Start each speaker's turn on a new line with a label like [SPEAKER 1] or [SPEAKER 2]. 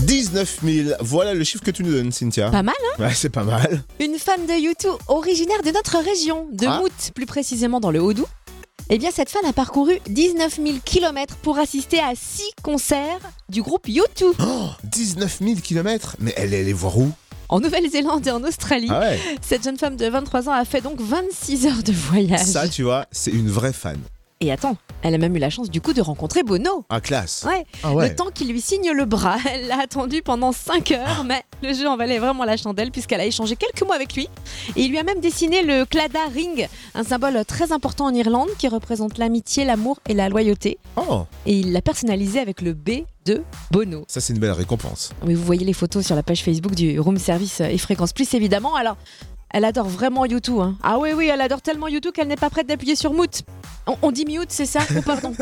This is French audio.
[SPEAKER 1] 19 000. Voilà le chiffre que tu nous donnes, Cynthia.
[SPEAKER 2] Pas mal, hein
[SPEAKER 1] Ouais, c'est pas mal.
[SPEAKER 2] Une fan de YouTube originaire de notre région, de
[SPEAKER 1] Ah.
[SPEAKER 2] Mout, plus précisément dans le Haut-Doubs. Eh bien, cette fan a parcouru 19 000 km pour assister à 6 concerts du groupe YouTube
[SPEAKER 1] Oh, 19 000 kilomètres Mais elle est allée voir où
[SPEAKER 2] en Nouvelle-Zélande et en Australie.
[SPEAKER 1] Ah ouais
[SPEAKER 2] Cette jeune femme de 23 ans a fait donc 26 heures de voyage.
[SPEAKER 1] Ça, tu vois, c'est une vraie fan.
[SPEAKER 2] Et attends, elle a même eu la chance du coup de rencontrer Bono.
[SPEAKER 1] Ah, classe.
[SPEAKER 2] Ouais,
[SPEAKER 1] Ah
[SPEAKER 2] le temps qu'il lui signe le bras. Elle l'a attendu pendant 5 heures, mais le jeu en valait vraiment la chandelle puisqu'elle a échangé quelques mots avec lui. Et il lui a même dessiné le Clada Ring, un symbole très important en Irlande qui représente l'amitié, l'amour et la loyauté.
[SPEAKER 1] Oh,
[SPEAKER 2] Et il l'a personnalisé avec le B de Bono. Ah,
[SPEAKER 1] ça, c'est une belle récompense.
[SPEAKER 2] Mais vous voyez les photos sur la page Facebook du Room Service et Fréquence Plus évidemment. Alors, elle adore vraiment YouTube. Hein. Ah oui, oui, elle adore tellement YouTube qu'elle n'est pas prête d'appuyer sur mute. On, on dit mute, c'est ça Oh pardon.